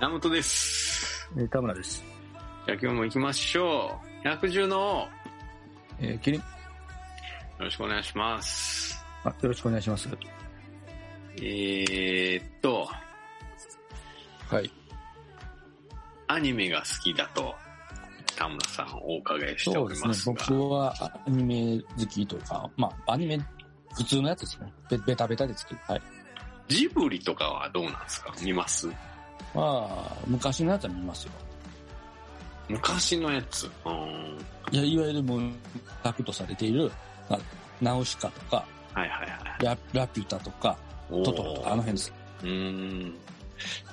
山本です。えー田村です。じゃあ今日も行きましょう。百獣のえー、キリン。王よろしくお願いします。あ、よろしくお願いします。えー、っと、はい。アニメが好きだと、田村さんお伺いしてそおうでりすねま。すが。僕はアニメ好きというか、まあ、アニメ、普通のやつですね。ベベタベタですけど、はい。ジブリとかはどうなんですか見ますまあ、昔のやつは見ますよ。昔のやつ。うーん。いや、いわゆるもう、タクとされている、あナウシカとか、はいはいはい。ララピュタとか、おートトロとか、あの辺です。うーん。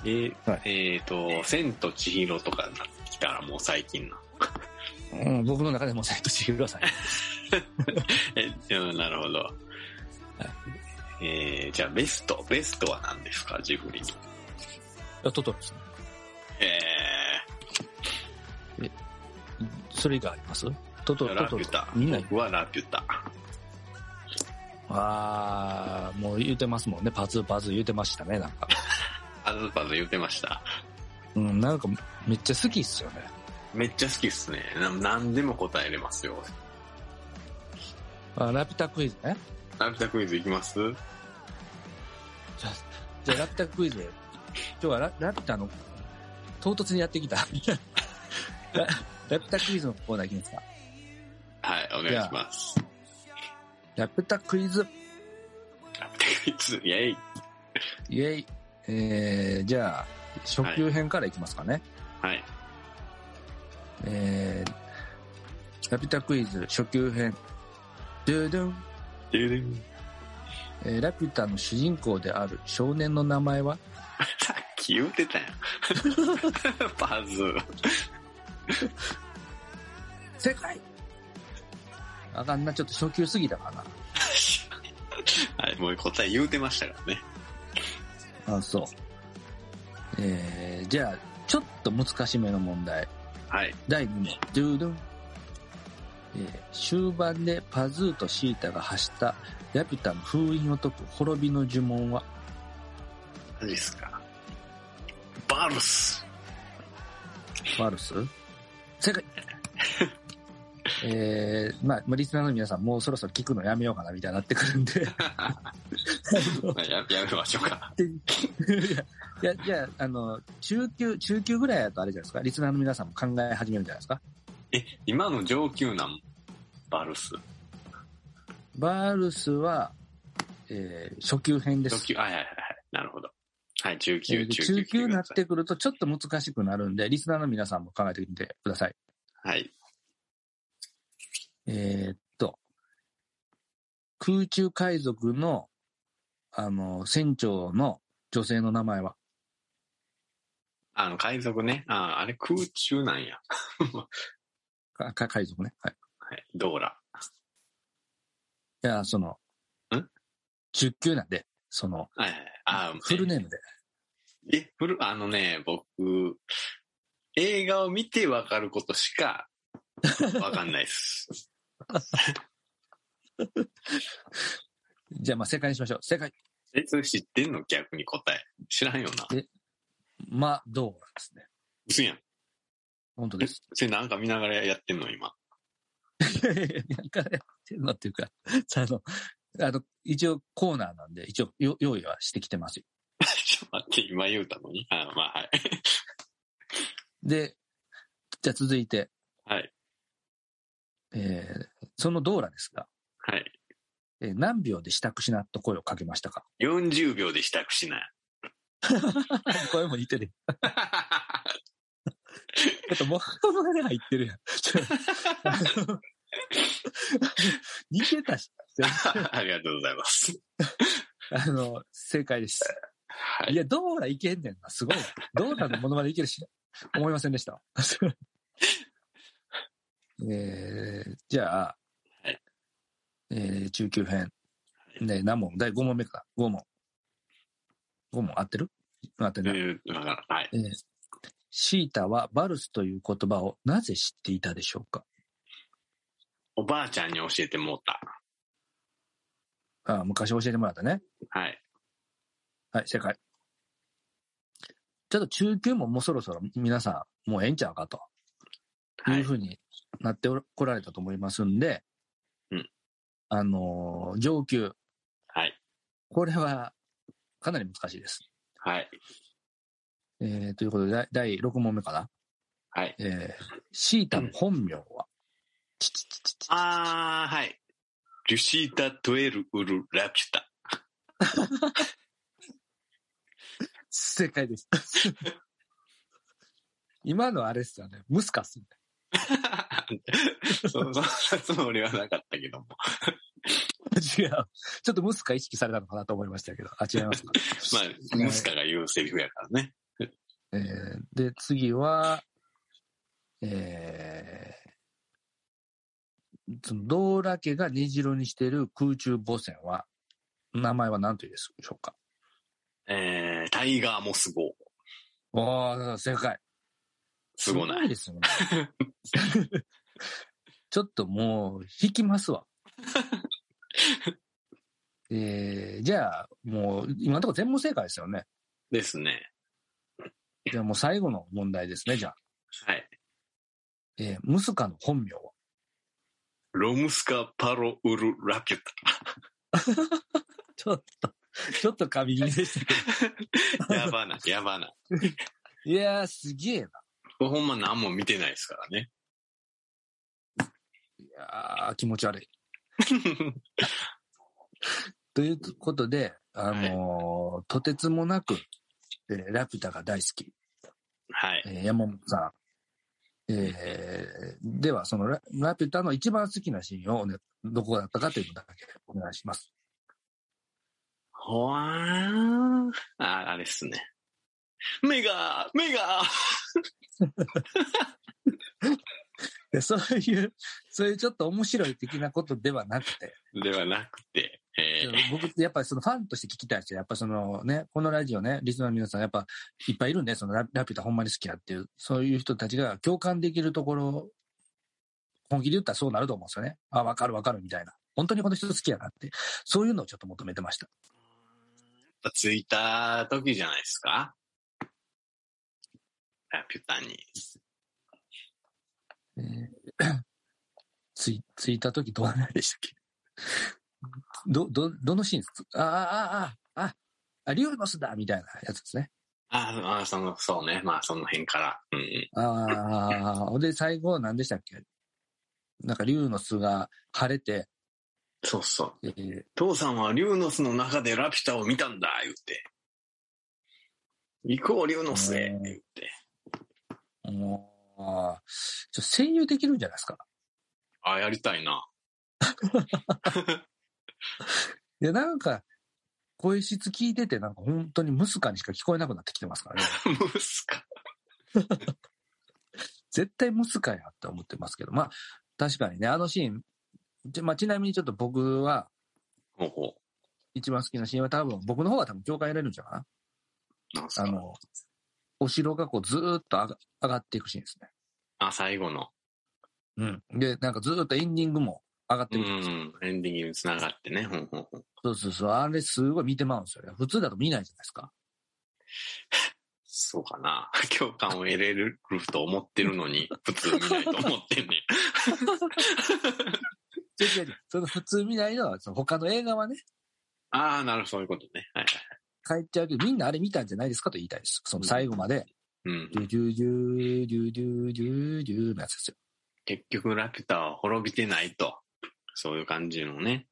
えーはいえー、と、千と千尋とかになってきたらもう最近な。うん、僕の中でもサイトしてください。え、 うんなるほど。えー、じゃあベスト、ベストは何ですか、ジブリの。トトロですね。えそれ以外ありますトトー、ロ、ラトピトロュタ。。みんな、僕はラピュタ。あー、もう言うてますもんね。パズーパズー言うてましたね、なんか。あずぱず言ってました。うん、なんかめっちゃ好きっすよね。めっちゃ好きっすね。な何でも答えれますよ。あラピュタクイズね。ラピュタクイズいきますじゃあ、じゃあラピュタクイズで、今日はララピュタの、唐突にやってきた。 ララピュタクイズのコーナーいきますか。はい、お願いします。ラピュタクイズ、ラピュタクイズ、イェイ。イェイ。えー、じゃあ、初級編からいきますかね。はい。 えー、ラピュタクイズ初級編。ドゥドゥン。デュデンえーラピュタの主人公である少年の名前はさっき言ってたやん。 パズー。正解あかんな、ちょっと初級すぎたかはい、もう答え言うてましたからね。な。あ、そう。えー、じゃあ、ちょっと難しめの問題。はい。第2問、ドゥドゥン。えー終盤でパズーとシータが発したラピュタの封印を解く滅びの呪文は何ですかバルス。ワルス正解えー、まあ、まあリスナーの皆さんもうそろそろ聞くのやめようかなみたいになってくるんで。 ややめましょうか。いや、じゃあ、あの、中級、中級ぐらいだとあれじゃないですか。リスナーの皆さんも考え始めるんじゃないですか。え、今の上級なんバルス。バールスは、えー初級編で上す。級、はいはいはいはい。なるほど。はい、中え級、ー中級。中級になっ来くだてくるとちょっと難しくなるんで、リスナーの皆さんも考えてみてください。さい。はい。えーっと、空中海賊の、あの、船長の女性の名前はあの、海賊ね。ああ、あれ空中なんや。 かか海賊ね。はい。はい、ドーラ。いや、その、ん ?10 級なんで、その、はいはいはい。あフルネームで。え、フル、あのね、僕、映画を見てわかることしか、わかんないです。 じゃあ、まあ、正解にしましょう。正解。え、それ知ってんの逆に答え。知らんよな。マドーラですね。うすやん。本当です。それなんか見ながらやってんの今。 なんかやってるのっていうか、 あの、あの、一応コーナーなんで、一応よ用意はしてきてますよ。ちょっと待って、今言うたのに。あまあはい。で、じゃあ続いて、はい。えーそのドーラですが、はい。えー何秒で支度しなと声をかけましたか 40秒で支度し ない。声も似てる。ちょっとモノマネ入ってるやん。ちょあの 似てたし、ありがとうございます。あの、正解です。はいい。や、ドーラいけんねんな。すごいな。ドーラのものまでいける し、思いませんでした。えー、じゃあ、はいえー、中級編。ね、何問第5問目か。5問。5問合ってる合ってる。えーわからんはい。えーシータはバルスという言葉をなぜ知っていたでしょうかおばあちゃんに教えてもうた。ああ昔教えてもらったね。はい。はい、正解。ちょっと中級ももうそろそろ皆さん、もうええんちゃうかと、、。はいいうふうになっておら来られたと思いますんで、うんあのー上級、はい。これはかなり難しいです。はい。えーということで、だい第6問目かな。はい。えー、シータの本名は、あー、はい。リュシータ・トゥエル・ウル・ラピュタ。 正解です。 今のあれですよね、ムスカス。そそんなつもりはなかったけども。違う。ちょっとムスカ意識されたのかなと思いましたけど、あ、違いますか。 まあ、ムスカが言うセリフやからね。えーで、次は、えー、その、ドーラ家が虹色にしている空中母船は、名前は何というでしょうか。えー、タイガー・モス号。おー、正解。すごない。ですよね。 ちょっともう、引きますわ。えー、じゃあ、もう、今のところ全問正解ですよね。ですね。じゃあもう最後の問題ですね、じゃあ。はい。えー、ムスカの本名はロムスカ・パロ・ウル・ラピュちょっと、ちょっと過敏でしたけど。タ。やばな、やばな。いやー、すげえな。ほんま何も見てないですからね。 いやー、気持ち悪い。ということで、あのーとてつもなく、えーラピュタが大好き、はい。えー山本さん。えーでは、そのララピュタの一番好きなシーンを、ね、どこだったかというのだけお願いします。ほわーん。あ、あれっすね。目が、目が、でそういう、そういうちょっと面白い的なことではなくて、ではなくて、えー 僕、やっぱりそのファンとして聞きたい人、やっぱそのね、このラジオね、リスナーの皆さん、やっぱいっぱいいるんで、そのララピュタほんまに好きやっていう、そういう人たちが共感できるところ、本気で言ったらそうなると思うんですよね。あ、わかるわかるみたいな。本当にこの人好きやなって。そういうのをちょっと求めてました。やっぱ着いた時じゃないですかラピュタに。えー つい、ついた時どうなんでしたっけど、ど、どのシーンですあ、あ、あ、あ、あ、あ、リオノスだみたいなやつですね。ああ、その、そうね。まあ、その辺から。うんうん。ああ、ほんで、最後、何でしたっけなんか、竜の巣が晴れて、そうそう。えー父さんはリュウノスの中でラピュタを見たんだ、言うて。行こう、リュウノスへ、うん言うて。もう、あーちょ声優できるんじゃないですか。あ、やりたいな。 いや、なんか、声質聞いてて、なんか本当にムスカにしか聞こえなくなってきてますからね。ムスカ。絶対ムスカやって思ってますけど、まあ、確かにね、あのシーン、ち,、まあ、ちなみにちょっと僕は、ほうほ一番好きなシーンは多分、僕の方は多分共感得られるんじゃうかう。なんすな。あかの、お城がこうずーっと上が上がっていくシーンですね。あ、最後の。うん。で、なんかずーっとエンディングも上がってういくじゃないですかん。エンディングにつながってね。ほんほんほん。そうそうそう。あれすごい見てまうんですよね。普通だと見ないじゃないですか。そうかな。 共感を得れると思ってるの に、普通見ないと思ってんねん。違う違う違うその普通見ないのは、その他の映画はね、ああ、なるほど、そういうことね。はいはい。帰っちゃうけど、みんなあれ見たんじゃないですかと言いたいです。その最後まで、うんド。ゥドゥドゥドゥドゥドゥドゥのやつですよ。結局、ラピュタは滅びてないと。そういう感じのね。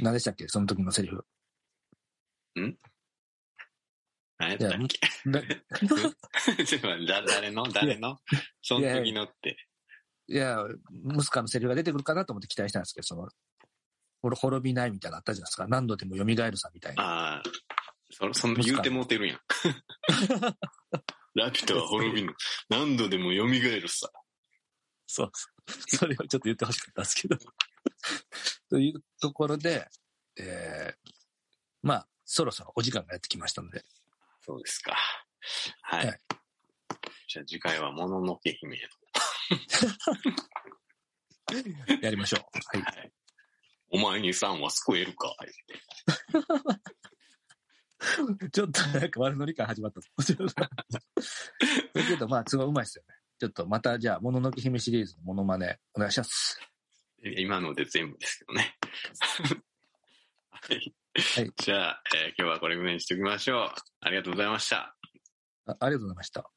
何でしたっけその時のセリフ。何やったっけだ ちょっと待ってだ誰の誰のその時のって。いや、ムスカのセリフが出てくるかなと思って期待したんですけど、その、俺滅びないみたいなのあったじゃないですか。何度でも蘇るさみたいな。ああ、そ、その言うてもうてるやん。 ラピュタは滅びぬ。何度でも蘇るさ。そうそう。それをちょっと言ってほしかったんですけど。というところで、えー、まあ、そろそろお時間がやってきましたので、そうですか。はい。はいじゃあ次回はもののけ姫ややりましょう。はい。と。お前にさんは救えるか。ちょっとなんか悪乗り感始まったぞ。だけど、まあ、すごいうまいですよね。ちょっとまた、じゃあ、もののけ姫シリーズのモノマネ、お願いします。今ので全部ですけどね。はい。はいじゃあ、えー今日はこれぐらいにしておきましょう。ありがとうございました。あありがとうございました。